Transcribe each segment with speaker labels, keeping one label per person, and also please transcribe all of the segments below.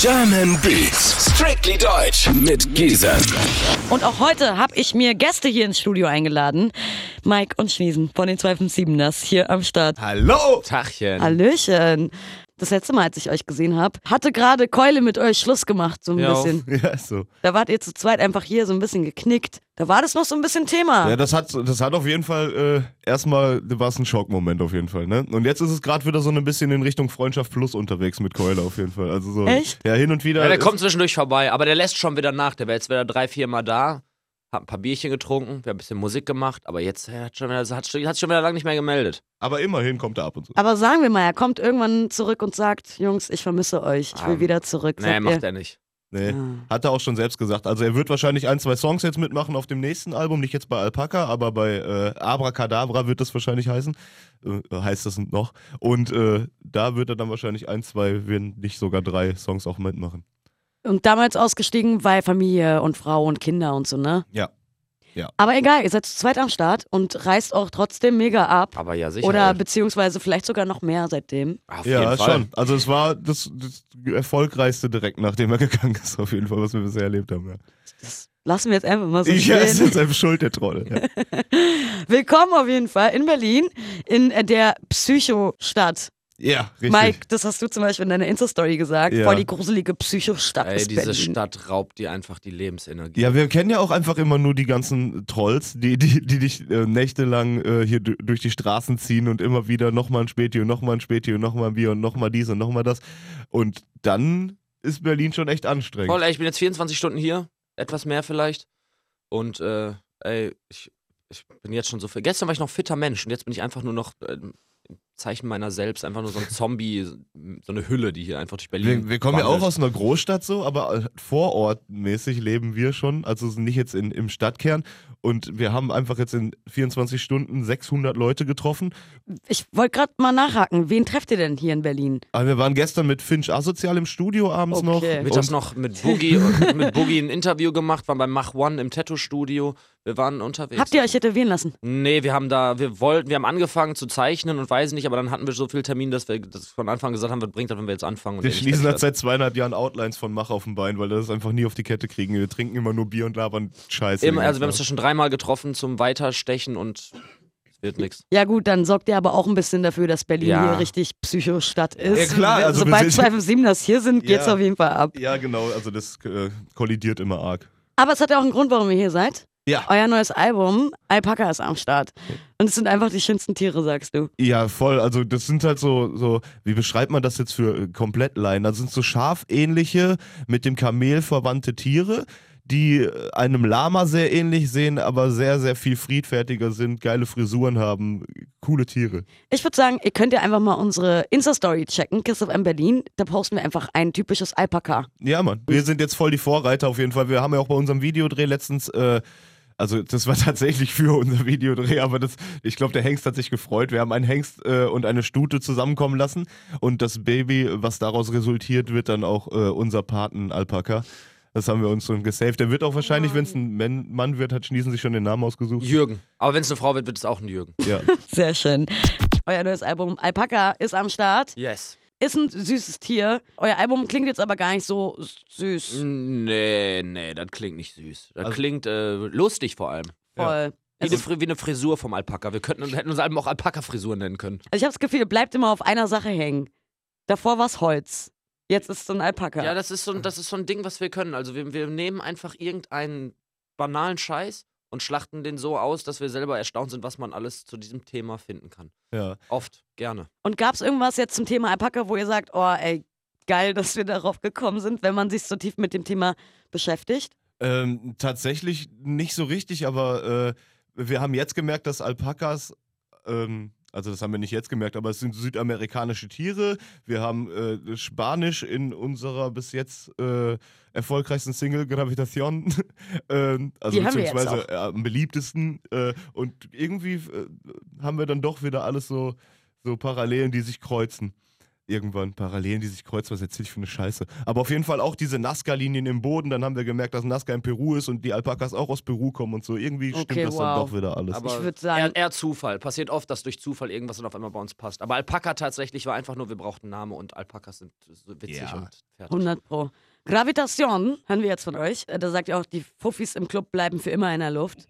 Speaker 1: German Beats, strictly deutsch mit Giesen.
Speaker 2: Und auch heute habe ich mir Gäste hier ins Studio eingeladen. Mike und Schniesen von den 257ers hier am Start.
Speaker 3: Hallo!
Speaker 4: Tachchen.
Speaker 2: Hallöchen. Das letzte Mal, als ich euch gesehen habe, hatte gerade Keule mit euch Schluss gemacht, so ein
Speaker 4: Ja.
Speaker 2: bisschen.
Speaker 3: Ja, ist so.
Speaker 2: Da wart ihr zu zweit einfach hier so ein bisschen geknickt. Da war das noch so ein bisschen Thema.
Speaker 3: Ja, das hat, das hat auf jeden Fall äh, erstmal war es ein Schockmoment auf jeden Fall, ne? Und jetzt ist es gerade wieder so ein bisschen in Richtung Freundschaft Plus unterwegs mit Keule auf jeden Fall. Also so
Speaker 2: Echt?
Speaker 3: ja hin und wieder.
Speaker 4: Ja, der
Speaker 3: ist-
Speaker 4: kommt zwischendurch vorbei, aber der lässt schon wieder nach. Der wäre jetzt wieder drei, vier Mal da, hat ein paar Bierchen getrunken, wir haben ein bisschen Musik gemacht, aber jetzt er hat schon wieder, hat, schon- hat schon wieder lange nicht mehr gemeldet.
Speaker 3: aber immerhin kommt er ab und zu.
Speaker 2: Aber sagen wir mal, er kommt irgendwann zurück und sagt, Jungs, ich vermisse euch, ich will
Speaker 4: Ah,
Speaker 2: wieder zurück.
Speaker 4: Nee,
Speaker 2: Sagt
Speaker 4: macht
Speaker 2: ihr,
Speaker 4: er nicht.
Speaker 3: Nee.
Speaker 2: Ah.
Speaker 3: Hat er auch schon selbst gesagt. Also er wird wahrscheinlich ein, zwei Songs jetzt mitmachen auf dem nächsten Album. Nicht jetzt bei Alpaca, aber bei äh, Abracadabra wird das wahrscheinlich heißen. Äh, heißt das noch. Und äh, da wird er dann wahrscheinlich ein, zwei, wenn nicht sogar drei Songs auch mitmachen.
Speaker 2: Und damals ausgestiegen, weil Familie und Frau und Kinder und so, ne?
Speaker 3: Ja. Ja.
Speaker 2: Aber egal, ihr seid zu zweit am Start und reist auch trotzdem mega ab.
Speaker 4: Aber ja, sicher.
Speaker 2: Oder beziehungsweise vielleicht sogar noch mehr seitdem.
Speaker 4: Auf jeden
Speaker 3: Ja,
Speaker 4: Fall.
Speaker 3: schon. Also es war das, das erfolgreichste direkt, nachdem er gegangen ist, auf jeden Fall, was wir bisher erlebt haben. Ja.
Speaker 2: Das lassen wir jetzt einfach mal so
Speaker 3: Ich ja, ist
Speaker 2: stehen.
Speaker 3: jetzt einfach schuld, der Troll. Ja.
Speaker 2: Willkommen auf jeden Fall in Berlin, in äh, der Psychostadt.
Speaker 3: ja, richtig.
Speaker 2: Mike, das hast du zum Beispiel in deiner Insta-Story gesagt.
Speaker 3: Ja.
Speaker 2: Voll die gruselige Psychostadt
Speaker 4: Ey,
Speaker 2: ist
Speaker 4: diese
Speaker 2: Berlin.
Speaker 4: Stadt raubt dir einfach die Lebensenergie.
Speaker 3: Ja, wir kennen ja auch einfach immer nur die ganzen Trolls, die, die, die dich äh, nächtelang äh, hier du- durch die Straßen ziehen und immer wieder nochmal ein Späti und nochmal ein Späti und nochmal ein Bier und nochmal dies und nochmal das. Und dann ist Berlin schon echt anstrengend.
Speaker 4: Voll, ey, ich bin jetzt 24 Stunden hier, etwas mehr vielleicht. Und äh, ey, ich, ich bin jetzt schon so viel. Gestern war ich noch fitter Mensch und jetzt bin ich einfach nur noch äh, im Zeichen meiner selbst, einfach nur so ein Zombie, so eine Hülle, die hier einfach durch Berlin.
Speaker 3: Wir, wir kommen ja auch
Speaker 4: wandelt.
Speaker 3: aus einer Großstadt so, aber äh, vorortmäßig leben wir schon, also sind nicht jetzt in, im Stadtkern. Und wir haben einfach jetzt in 24 Stunden 600 Leute getroffen.
Speaker 2: Ich wollte gerade mal nachhaken, wen trefft ihr denn hier in Berlin?
Speaker 3: Aber wir waren gestern mit Finch Asozial im Studio abends
Speaker 2: Okay.
Speaker 3: noch.
Speaker 4: Mittags
Speaker 3: Und-
Speaker 4: noch mit Boogie, und mit Boogie ein Interview gemacht, waren beim Mach One im Tattoo-Studio. Wir waren unterwegs.
Speaker 2: Habt ihr euch tätowieren lassen?
Speaker 4: Nee, wir haben da, wir wollten, wir haben angefangen zu zeichnen und weiß nicht, aber dann hatten wir so viel Termin, dass wir das von Anfang an gesagt haben, was bringt das, wenn wir jetzt anfangen? Und
Speaker 3: Wir
Speaker 4: ihr nicht
Speaker 3: schließen halt
Speaker 4: tätowiert.
Speaker 3: seit zweieinhalb Jahren Outlines von Mach auf dem Bein, weil wir das einfach nie auf die Kette kriegen. Wir trinken immer nur Bier und labern Scheiße.
Speaker 4: Immer, also wir haben es ja schon dreimal getroffen zum Weiterstechen und es wird nichts.
Speaker 2: Ja gut, dann sorgt ihr aber auch ein bisschen dafür, dass Berlin
Speaker 4: Ja.
Speaker 2: hier richtig Psychostadt ist.
Speaker 3: Ja, klar,
Speaker 2: Wenn-
Speaker 3: also wir
Speaker 2: Sobald
Speaker 3: sind-
Speaker 2: 257 das hier sind, geht's
Speaker 3: Ja.
Speaker 2: auf jeden Fall ab.
Speaker 3: ja, genau, also das äh, kollidiert immer arg.
Speaker 2: Aber es hat ja auch einen Grund, warum ihr hier seid.
Speaker 3: Ja.
Speaker 2: Euer neues Album, Alpaka ist am Start. Und es sind einfach die schönsten Tiere, sagst du.
Speaker 3: Ja, voll. Also das sind halt so, so wie beschreibt man das jetzt für äh, Komplettleinen? Das sind so schafähnliche, mit dem Kamel verwandte Tiere, die äh, einem Lama sehr ähnlich sehen, aber sehr, sehr viel friedfertiger sind, geile Frisuren haben, coole Tiere.
Speaker 2: Ich würde sagen, ihr könnt ja einfach mal unsere Insta-Story checken, Kiss of M Berlin. Da posten wir einfach ein typisches Alpaka.
Speaker 3: Ja, Mann. Wir sind jetzt voll die Vorreiter auf jeden Fall. Wir haben ja auch bei unserem Videodreh letztens, äh, also das war tatsächlich für unser Videodreh, aber das, ich glaube, der Hengst hat sich gefreut. Wir haben einen Hengst äh, und eine Stute zusammenkommen lassen und das Baby, was daraus resultiert, wird dann auch äh, unser Paten-Alpaka. Das haben wir uns schon gesaved. Der wird auch wahrscheinlich, wenn es ein Men- Mann wird, hat Schniesen sich schon den Namen ausgesucht.
Speaker 4: Jürgen. Aber wenn es eine Frau wird, wird es auch ein Jürgen.
Speaker 3: Ja.
Speaker 2: Sehr schön. Euer neues Album Alpaka ist am Start.
Speaker 4: Yes.
Speaker 2: Ist ein süßes Tier. Euer Album klingt jetzt aber gar nicht so süß.
Speaker 4: Nee, nee, das klingt nicht süß. Das
Speaker 3: Also-
Speaker 4: klingt äh, lustig vor allem.
Speaker 2: Voll.
Speaker 4: Wie, eine, Fri- wie eine Frisur vom Alpaka. Wir könnten, hätten unser Album auch Alpaka-Frisur nennen können.
Speaker 2: Also ich habe das Gefühl, ihr bleibt immer auf einer Sache hängen. Davor war es Holz. Jetzt ist es so ein Alpaka.
Speaker 4: Ja, das ist so, ein- das ist so ein Ding, was wir können. Also wir, wir nehmen einfach irgendeinen banalen Scheiß und schlachten den so aus, dass wir selber erstaunt sind, was man alles zu diesem Thema finden kann.
Speaker 3: ja.
Speaker 4: Oft, gerne.
Speaker 2: Und gab es irgendwas jetzt zum Thema Alpaka, wo ihr sagt, oh ey, geil, dass wir darauf gekommen sind, wenn man sich so tief mit dem Thema beschäftigt?
Speaker 3: Ähm, tatsächlich nicht so richtig, aber äh, wir haben jetzt gemerkt, dass Alpakas, ähm, also das haben wir nicht jetzt gemerkt, aber es sind südamerikanische Tiere. Wir haben äh, Spanisch in unserer bis jetzt äh, erfolgreichsten Single Gravitation, ähm, also
Speaker 2: Die haben wir jetzt
Speaker 3: beziehungsweise äh, am beliebtesten. Äh, und irgendwie äh, haben wir dann doch wieder alles so, so Parallelen, die sich kreuzen. irgendwann Parallelen, die sich kreuzen, was erzähl ich für eine Scheiße. Aber auf jeden Fall auch diese Nazca-Linien im Boden, dann haben wir gemerkt, dass Nazca in Peru ist und die Alpakas auch aus Peru kommen und so. Irgendwie
Speaker 2: Okay,
Speaker 3: stimmt das dann
Speaker 2: wow.
Speaker 3: doch wieder alles.
Speaker 4: Aber
Speaker 2: Ich würd sagen-
Speaker 4: eher, eher Zufall. Passiert oft, dass durch Zufall irgendwas dann auf einmal bei uns passt. Aber Alpaka tatsächlich war einfach nur, wir brauchten Name und Alpakas sind so witzig
Speaker 3: Ja.
Speaker 4: und fertig.
Speaker 2: 100 pro. Gravitation hören wir jetzt von euch. Äh, Da sagt ihr auch, die Fuffis im Club bleiben für immer in der Luft.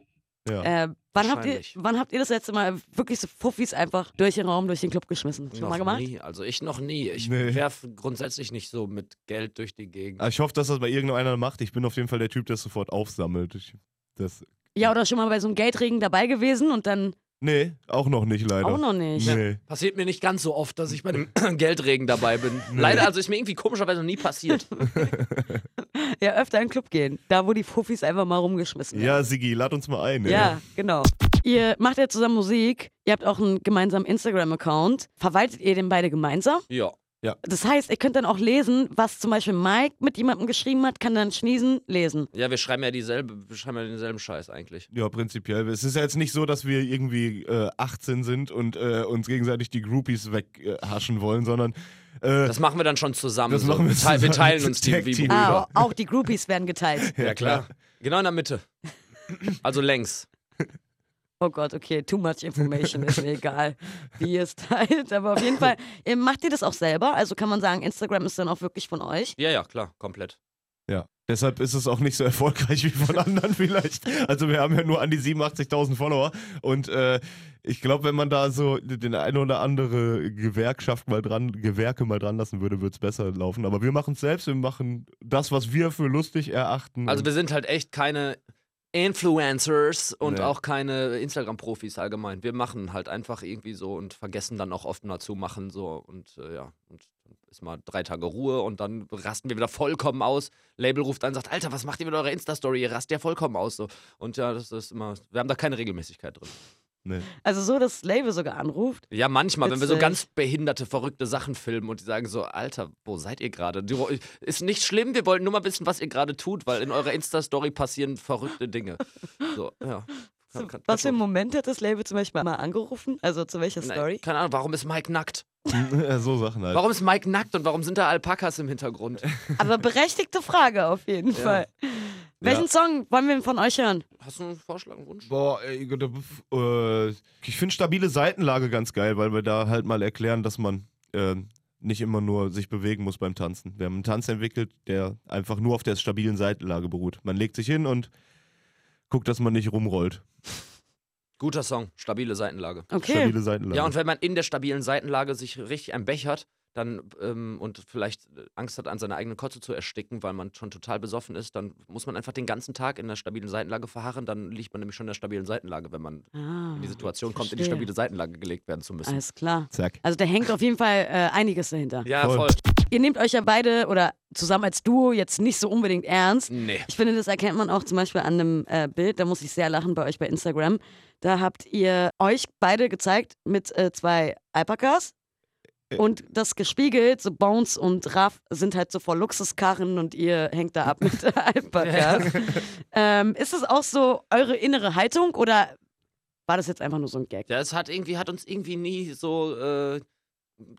Speaker 3: ja.
Speaker 2: Äh, wann, habt ihr,
Speaker 4: Wahrscheinlich.
Speaker 2: wann habt ihr das letzte Mal wirklich so Fuffis einfach durch den Raum, durch den Club geschmissen? Schon mal
Speaker 4: Noch
Speaker 2: gemacht?
Speaker 4: Nie. Also ich noch nie. Ich
Speaker 3: Nee.
Speaker 4: werf grundsätzlich nicht so mit Geld durch die Gegend.
Speaker 3: Aber ich hoffe, dass das bei irgendeiner macht. Ich bin auf jeden Fall der Typ, der es sofort aufsammelt. Ich, das,
Speaker 2: Ja, oder schon mal bei so einem Geldregen dabei gewesen und dann
Speaker 3: nee, auch noch nicht leider.
Speaker 2: auch noch nicht.
Speaker 3: Nee.
Speaker 4: Passiert mir nicht ganz so oft, dass ich bei einem Geldregen dabei bin. Leider, also ist mir irgendwie komischerweise noch nie passiert.
Speaker 2: Ja, öfter in den Club gehen. Da, wo die Fuffis einfach mal rumgeschmissen werden.
Speaker 3: Ja, Sigi, lad uns mal ein.
Speaker 2: Ja, genau. Ihr macht ja zusammen Musik, ihr habt auch einen gemeinsamen Instagram-Account. Verwaltet ihr den beide gemeinsam?
Speaker 4: Ja.
Speaker 2: Das heißt, ihr könnt dann auch lesen, was zum Beispiel Mike mit jemandem geschrieben hat, kann dann Schniesen lesen.
Speaker 4: Ja, wir schreiben ja dieselbe, wir schreiben ja denselben Scheiß eigentlich.
Speaker 3: Ja, prinzipiell. Es ist ja jetzt nicht so, dass wir irgendwie äh, 18 sind und äh, uns gegenseitig die Groupies weghaschen äh, haschen wollen, sondern äh,
Speaker 4: Das machen wir dann schon zusammen.
Speaker 3: Das
Speaker 4: so.
Speaker 3: machen wir
Speaker 4: Teil- Wir
Speaker 3: zusammen.
Speaker 4: teilen uns die
Speaker 3: Tag
Speaker 4: Vibu.
Speaker 3: Team.
Speaker 2: Ah,
Speaker 3: Ja.
Speaker 2: auch die Groupies werden geteilt.
Speaker 3: ja klar.
Speaker 4: Genau in der Mitte. Also längs.
Speaker 2: Oh Gott, okay, too much information, ist mir egal, wie ihr es teilt. Aber auf jeden Fall, ihr macht ihr das auch selber? Also kann man sagen, Instagram ist dann auch wirklich von euch?
Speaker 4: Ja, ja, klar, komplett.
Speaker 3: Ja. Deshalb ist es auch nicht so erfolgreich wie von anderen vielleicht. Also wir haben ja nur an die 87.000 Follower und äh, ich glaube, wenn man da so den ein oder andere Gewerkschaft mal dran, Gewerke mal dran lassen würde, würde es besser laufen. Aber wir machen es selbst, wir machen das, was wir für lustig erachten.
Speaker 4: Also wir sind halt echt keine Influencers und
Speaker 3: Nee.
Speaker 4: auch keine Instagram-Profis allgemein. Wir machen halt einfach irgendwie so und vergessen dann auch oft mal zu machen so und äh, ja und dann ist mal drei Tage Ruhe und dann rasten wir wieder vollkommen aus. Label ruft an, sagt Alter, was macht ihr mit eurer Insta-Story? Ihr rast ja vollkommen aus so und ja, das ist immer. Wir haben da keine Regelmäßigkeit drin.
Speaker 3: nee.
Speaker 2: Also so, dass Label sogar anruft.
Speaker 4: Ja, manchmal, wenn wir so
Speaker 2: Witzig.
Speaker 4: ganz behinderte, verrückte Sachen filmen und die sagen so, Alter, wo seid ihr gerade? Die- Ist nicht schlimm, wir wollten nur mal wissen, was ihr gerade tut, weil in eurer Insta-Story passieren verrückte Dinge. So, ja. Kann- kann-
Speaker 2: Was für
Speaker 4: kann-
Speaker 2: einen Moment hat das Label zum Beispiel mal angerufen? Also zu welcher
Speaker 4: Nein,
Speaker 2: Story?
Speaker 4: Keine Ahnung, warum ist Mike nackt?
Speaker 3: so Sachen halt.
Speaker 4: Warum ist Mike nackt und warum sind da Alpakas im Hintergrund?
Speaker 2: Aber berechtigte Frage auf jeden Fall. Welchen
Speaker 3: Ja.
Speaker 2: Song wollen wir von euch hören?
Speaker 4: Hast du einen Vorschlag, einen Wunsch?
Speaker 3: Boah, ey, Gott, äh, ich finde stabile Seitenlage ganz geil, weil wir da halt mal erklären, dass man äh, nicht immer nur sich bewegen muss beim Tanzen. Wir haben einen Tanz entwickelt, der einfach nur auf der stabilen Seitenlage beruht. Man legt sich hin und guckt, dass man nicht rumrollt.
Speaker 4: Guter Song, stabile Seitenlage.
Speaker 2: Okay.
Speaker 3: Stabile Seitenlage.
Speaker 4: Ja, und wenn man in der stabilen Seitenlage sich richtig einbechert, dann ähm, und vielleicht äh, Angst hat, an seiner eigenen Kotze zu ersticken, weil man schon total besoffen ist, dann muss man einfach den ganzen Tag in der stabilen Seitenlage verharren. Dann liegt man nämlich schon in der stabilen Seitenlage, wenn man
Speaker 2: Ah,
Speaker 4: in die Situation kommt, in die
Speaker 2: verstehe.
Speaker 4: stabile Seitenlage gelegt werden zu müssen.
Speaker 2: Alles klar.
Speaker 3: Zack.
Speaker 2: Also da hängt auf jeden Fall äh, einiges dahinter.
Speaker 4: ja,
Speaker 3: voll.
Speaker 4: voll.
Speaker 2: Ihr nehmt euch ja beide oder zusammen als Duo jetzt nicht so unbedingt ernst.
Speaker 4: Nee.
Speaker 2: Ich finde, das erkennt man auch zum Beispiel an einem äh, Bild, da muss ich sehr lachen bei euch bei Instagram. Da habt ihr euch beide gezeigt mit äh, zwei Alpakas
Speaker 3: Äh.
Speaker 2: und das gespiegelt, so Bones und Raff sind halt so vor Luxuskarren und ihr hängt da ab mit Alpakas. ähm, ist das auch so eure innere Haltung oder war das jetzt einfach nur so ein Gag?
Speaker 4: Das hat irgendwie, hat uns irgendwie nie so äh,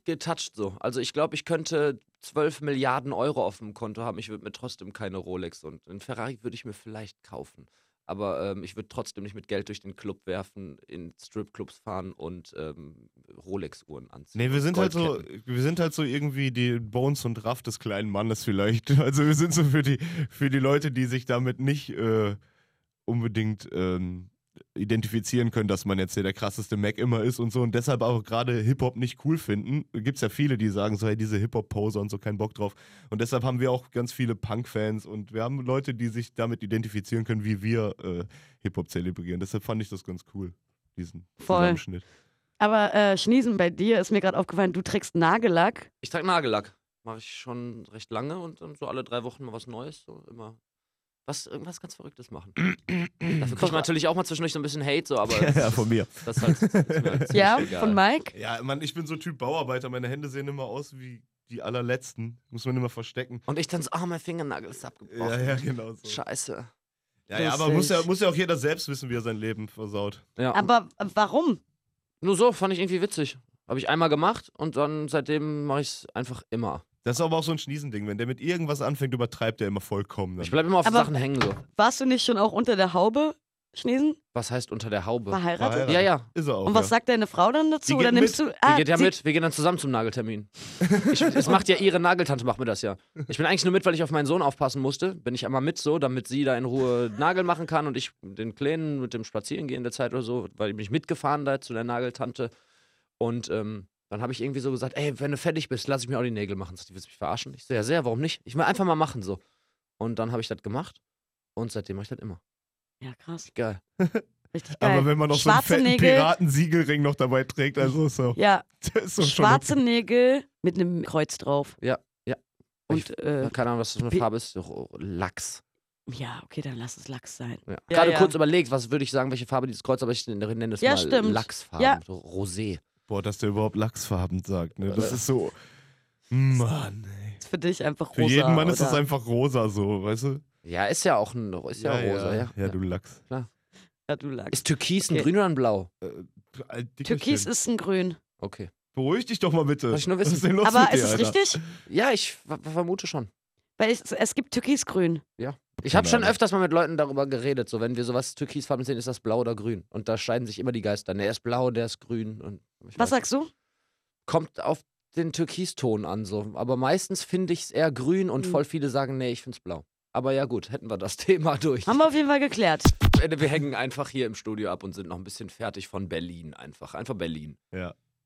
Speaker 4: getoucht so. Also ich glaube, ich könnte 12 Milliarden Euro auf dem Konto haben. Ich würde mir trotzdem keine Rolex und einen Ferrari würde ich mir vielleicht kaufen. Aber ähm, ich würde trotzdem nicht mit Geld durch den Club werfen, in Stripclubs fahren und ähm, Rolex-Uhren anziehen.
Speaker 3: Nee, wir sind halt so, wir sind halt so irgendwie die Bones und Raff des kleinen Mannes vielleicht. Also wir sind so für die, für die Leute, die sich damit nicht äh, unbedingt ähm, identifizieren können, dass man jetzt hier der krasseste Mac immer ist und so und deshalb auch gerade Hip-Hop nicht cool finden. Gibt's ja viele, die sagen so, hey, diese Hip-Hop-Poser und so, keinen Bock drauf. Und deshalb haben wir auch ganz viele Punk-Fans und wir haben Leute, die sich damit identifizieren können, wie wir äh, Hip-Hop zelebrieren. Deshalb fand ich das ganz cool, diesen
Speaker 2: Voll.
Speaker 3: Zusammenschnitt.
Speaker 2: Aber äh, Schniesen, bei dir ist mir gerade aufgefallen, du trägst Nagellack.
Speaker 4: Ich trage Nagellack. Mache ich schon recht lange und dann so alle drei Wochen mal was Neues. So immer was, irgendwas ganz Verrücktes machen. Dafür kriege ich natürlich auch mal zwischendurch so ein bisschen Hate, so, aber das
Speaker 3: ja,
Speaker 4: ist-
Speaker 3: von mir.
Speaker 4: Das ist halt, ist mir halt ziemlich
Speaker 2: Ja,
Speaker 4: egal.
Speaker 2: von Mike.
Speaker 3: Ja, Mann, ich bin so Typ Bauarbeiter. Meine Hände sehen immer aus wie die allerletzten. Muss man immer verstecken.
Speaker 4: Und ich dann so, ah, mein Fingernagel ist abgebrochen.
Speaker 3: Ja, ja, genau so.
Speaker 4: Scheiße.
Speaker 3: Ja, ja, aber
Speaker 2: Lustig.
Speaker 3: muss ja, muss ja auch jeder selbst wissen, wie er sein Leben versaut.
Speaker 4: Ja.
Speaker 2: Aber warum?
Speaker 4: Nur so fand ich irgendwie witzig. Habe ich einmal gemacht und dann seitdem mache ich es einfach immer.
Speaker 3: Das ist aber auch so ein Schniesending. Wenn der mit irgendwas anfänängt, übertreibt der immer vollkommen.
Speaker 4: Ich
Speaker 3: Dann.
Speaker 4: bleibe immer auf
Speaker 2: Aber-
Speaker 4: Sachen hängen so.
Speaker 2: Warst du nicht schon auch unter der Haube, Schnesen,
Speaker 4: Was heißt unter der Haube?
Speaker 2: verheiratet?
Speaker 3: Verheiratet.
Speaker 4: Ja, ja.
Speaker 3: Ist er auch.
Speaker 2: Und was sagt deine Frau dann
Speaker 3: Die
Speaker 2: dazu?
Speaker 3: geht
Speaker 2: Oder nimmst du.
Speaker 4: Die
Speaker 2: Ah,
Speaker 4: geht ja
Speaker 2: sie-
Speaker 4: mit. Wir gehen dann zusammen zum Nageltermin. Ich, es macht ja ihre Nageltante, macht mir das ja. Ich bin eigentlich nur mit, weil ich auf meinen Sohn aufpassen musste. Bin ich einmal mit so, damit sie da in Ruhe Nagel machen kann und ich den Kleinen mit dem Spazierengehen der Zeit oder so, weil ich bin ich mitgefahren da zu der Nageltante. Und ähm, dann habe ich irgendwie so gesagt, ey, wenn du fertig bist, lass ich mir auch die Nägel machen. Sagt Die willst du mich verarschen? Ich so, ja sehr, warum nicht? Ich will einfach mal machen so. Und dann habe ich das gemacht und seitdem mache ich das immer.
Speaker 2: Ja, krass.
Speaker 4: Geil.
Speaker 2: Richtig geil.
Speaker 3: aber wenn man noch so einen
Speaker 2: schwarze
Speaker 3: fetten
Speaker 2: Nägel.
Speaker 3: Piratensiegelring noch dabei trägt, also ist so.
Speaker 2: Ja,
Speaker 3: Das ist so
Speaker 2: schwarze Nägel mit einem Kreuz drauf.
Speaker 4: Ja, ja.
Speaker 2: Und äh,
Speaker 4: Keine Ahnung, was das für eine
Speaker 2: Wie-
Speaker 4: Farbe ist. Ro- Lachs.
Speaker 2: ja, okay, dann lass es Lachs sein.
Speaker 4: Ja.
Speaker 2: Ja,
Speaker 4: Gerade
Speaker 2: ja.
Speaker 4: kurz überlegt, was würde ich sagen, welche Farbe dieses Kreuz, aber ich nenne es
Speaker 2: Ja,
Speaker 4: mal
Speaker 2: stimmt.
Speaker 4: Lachsfarben,
Speaker 2: Ja.
Speaker 4: so Rosé.
Speaker 3: Boah, dass der überhaupt Lachsfarben sagt, ne? Das
Speaker 4: Äh.
Speaker 3: ist so. Mann, ey.
Speaker 2: Ist für dich einfach rosa.
Speaker 3: Für jeden Mann ist
Speaker 2: oder?
Speaker 3: das einfach rosa so, weißt du?
Speaker 4: Ja, ist ja auch ein, ist ja, rosa, ja.
Speaker 3: Ja, du Lachs.
Speaker 2: Ja, du Lachs.
Speaker 4: Ist Türkis ein
Speaker 2: Okay.
Speaker 4: Grün oder ein Blau?
Speaker 2: Türkis ist ein Grün.
Speaker 4: Okay.
Speaker 3: Beruhig dich doch mal bitte.
Speaker 4: Wollte ich nur wissen.
Speaker 3: Was ist denn los
Speaker 2: Aber
Speaker 3: mit dir,
Speaker 2: ist es
Speaker 3: Alter?
Speaker 2: richtig?
Speaker 4: Ja, ich ver- vermute schon.
Speaker 2: Weil es, es gibt Türkisgrün.
Speaker 4: Ich habe
Speaker 3: Keine
Speaker 4: schon
Speaker 3: Ahnung.
Speaker 4: öfters mal mit Leuten darüber geredet, so wenn wir sowas türkisfarben sehen, ist das blau oder grün. Und da scheiden sich immer die Geister. Der ist blau, der ist grün. Und ich
Speaker 2: Was
Speaker 4: weiß-
Speaker 2: sagst du?
Speaker 4: Kommt auf den Türkiston an, so. Aber meistens finde ich es eher grün und
Speaker 2: Mhm.
Speaker 4: voll viele sagen, nee, ich find's blau. Aber ja gut, hätten wir das Thema durch.
Speaker 2: Haben wir auf jeden Fall geklärt.
Speaker 4: Ende, Äh, wir hängen einfach hier im Studio ab und sind noch ein bisschen fertig von Berlin einfach. Einfach Berlin.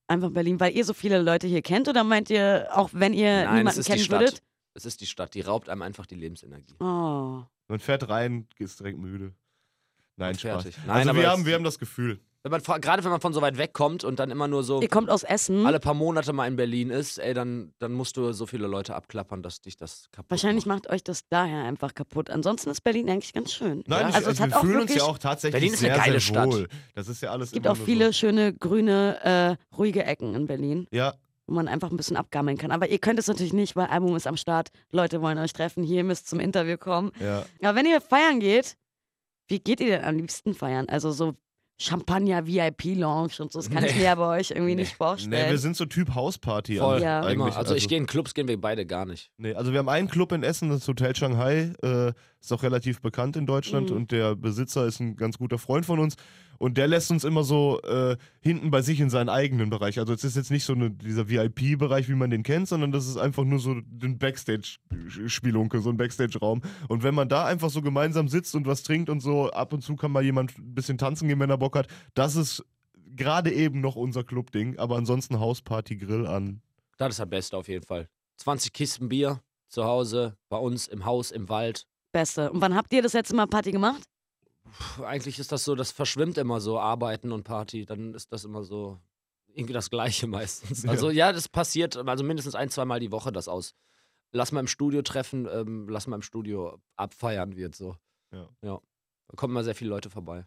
Speaker 2: Einfach Berlin, weil ihr so viele Leute hier kennt oder meint ihr, auch wenn ihr
Speaker 4: Nein, es
Speaker 2: Äh, niemanden
Speaker 4: ist
Speaker 2: kennen
Speaker 4: die Stadt.
Speaker 2: würdet?
Speaker 4: Es ist die Stadt, die raubt einem einfach die Lebensenergie.
Speaker 2: Oh.
Speaker 3: Man fährt rein, ist direkt müde. Nein,
Speaker 4: Und
Speaker 3: Spaß.
Speaker 4: fertig. Nein,
Speaker 3: also
Speaker 4: aber
Speaker 3: wir
Speaker 4: das-
Speaker 3: haben, wir haben das Gefühl.
Speaker 4: Wenn man, vor- gerade wenn man von so weit wegkommt und dann immer nur so
Speaker 2: Ihr kommt aus Essen.
Speaker 4: alle paar Monate mal in Berlin ist, ey, dann, dann musst du so viele Leute abklappern, dass dich das kaputt
Speaker 2: Wahrscheinlich
Speaker 4: macht.
Speaker 2: macht euch das daher einfach kaputt. Ansonsten ist Berlin eigentlich ganz schön.
Speaker 3: Nein,
Speaker 4: Ja.
Speaker 3: ich,
Speaker 2: Also es
Speaker 3: also
Speaker 2: hat
Speaker 3: wir
Speaker 2: auch
Speaker 3: fühlen uns
Speaker 2: wirklich-
Speaker 3: ja auch tatsächlich
Speaker 4: Berlin ist eine
Speaker 3: sehr,
Speaker 4: geile
Speaker 3: sehr
Speaker 4: Stadt.
Speaker 3: wohl. Das ist ja alles
Speaker 2: Es gibt
Speaker 3: immer
Speaker 2: auch
Speaker 3: nur
Speaker 2: viele
Speaker 3: So.
Speaker 2: schöne, grüne, äh, ruhige Ecken in Berlin,
Speaker 3: Ja,
Speaker 2: wo man einfach ein bisschen abgammeln kann. Aber ihr könnt es natürlich nicht, weil Album ist am Start. Leute wollen euch treffen, hier müsst zum Interview kommen.
Speaker 3: ja.
Speaker 2: Aber wenn ihr feiern geht, wie geht ihr denn am liebsten feiern? Also so Champagner, VIP-Lounge und so, das kann ich
Speaker 4: Nee.
Speaker 2: mir ja bei euch irgendwie
Speaker 4: Nee.
Speaker 2: nicht
Speaker 3: Nee,
Speaker 2: vorstellen.
Speaker 3: wir sind so Typ Hausparty.
Speaker 4: Voll,
Speaker 3: eigentlich-
Speaker 2: Ja.
Speaker 4: Immer.
Speaker 3: eigentlich.
Speaker 4: Also, ich gehe in Clubs, gehen wir beide gar nicht.
Speaker 3: Nee, also wir haben einen Club in Essen, das Hotel Shanghai, äh, ist auch relativ bekannt in Deutschland
Speaker 2: Mhm.
Speaker 3: und der Besitzer ist ein ganz guter Freund von uns und der lässt uns immer so äh, hinten bei sich in seinen eigenen Bereich. Also es ist jetzt nicht so eine, dieser VIP-Bereich, wie man den kennt, sondern das ist einfach nur so ein Backstage-Spielunke, so ein Backstage-Raum. Und wenn man da einfach so gemeinsam sitzt und was trinkt und so, ab und zu kann mal jemand ein bisschen tanzen gehen, wenn er Bock hat, das ist gerade eben noch unser Club-Ding, aber ansonsten Hausparty, Grill an.
Speaker 4: Das ist das Beste auf jeden Fall. 20 Kisten Bier zu Hause, bei uns, im Haus, im Wald.
Speaker 2: Beste. Und wann habt ihr das letzte Mal Party gemacht?
Speaker 4: Puh, eigentlich ist das so, das verschwimmt immer so, Arbeiten und Party. Dann ist das immer so irgendwie das Gleiche meistens.
Speaker 3: Ja.
Speaker 4: Also ja, das passiert, also mindestens ein, zweimal die Woche das aus. Lass mal im Studio treffen, ähm, lass mal im Studio abfeiern wird so.
Speaker 3: Ja.
Speaker 4: Da kommen mal sehr viele Leute vorbei.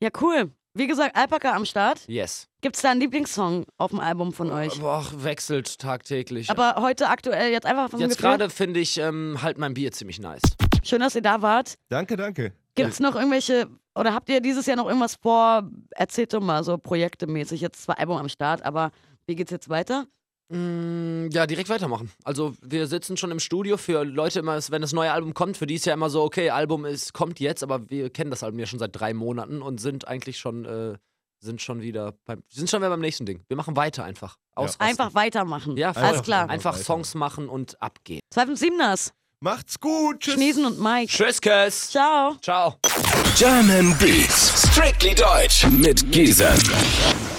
Speaker 2: Ja, cool. Wie gesagt, Alpaka am Start.
Speaker 4: Yes.
Speaker 2: Gibt's da einen Lieblingssong auf dem Album von
Speaker 3: Oh,
Speaker 2: euch?
Speaker 4: Boah, wechselt tagtäglich.
Speaker 2: Aber heute aktuell jetzt einfach vom
Speaker 4: Jetzt
Speaker 2: Gefühl.
Speaker 4: gerade finde ich ähm, halt mein Bier ziemlich nice.
Speaker 2: Schön, dass ihr da wart.
Speaker 3: Danke, danke.
Speaker 2: Gibt's noch irgendwelche oder habt ihr dieses Jahr noch irgendwas vor? Erzählt doch mal so projektemäßig. Jetzt zwar Album am Start, aber wie geht's jetzt weiter?
Speaker 4: Mm, Ja, direkt weitermachen. Also wir sitzen schon im Studio für Leute immer, ist, wenn das neue Album kommt, für die ist ja immer so, okay, Album ist, kommt jetzt, aber wir kennen das Album ja schon seit drei Monaten und sind eigentlich schon, äh, sind schon wieder beim, sind schon wieder beim nächsten Ding. Wir machen weiter einfach. Ausrasten.
Speaker 2: Einfach weitermachen.
Speaker 4: Ja,
Speaker 2: alles
Speaker 4: voll.
Speaker 2: klar.
Speaker 4: Einfach
Speaker 3: Weiter.
Speaker 4: Songs machen und abgehen.
Speaker 2: 257ers,
Speaker 3: Macht's gut. Tschüss.
Speaker 2: Schniesen und Mike.
Speaker 4: Tschüss, Kiss.
Speaker 2: Ciao.
Speaker 4: Ciao.
Speaker 1: German Beats. Strictly Deutsch. Mit Giesen.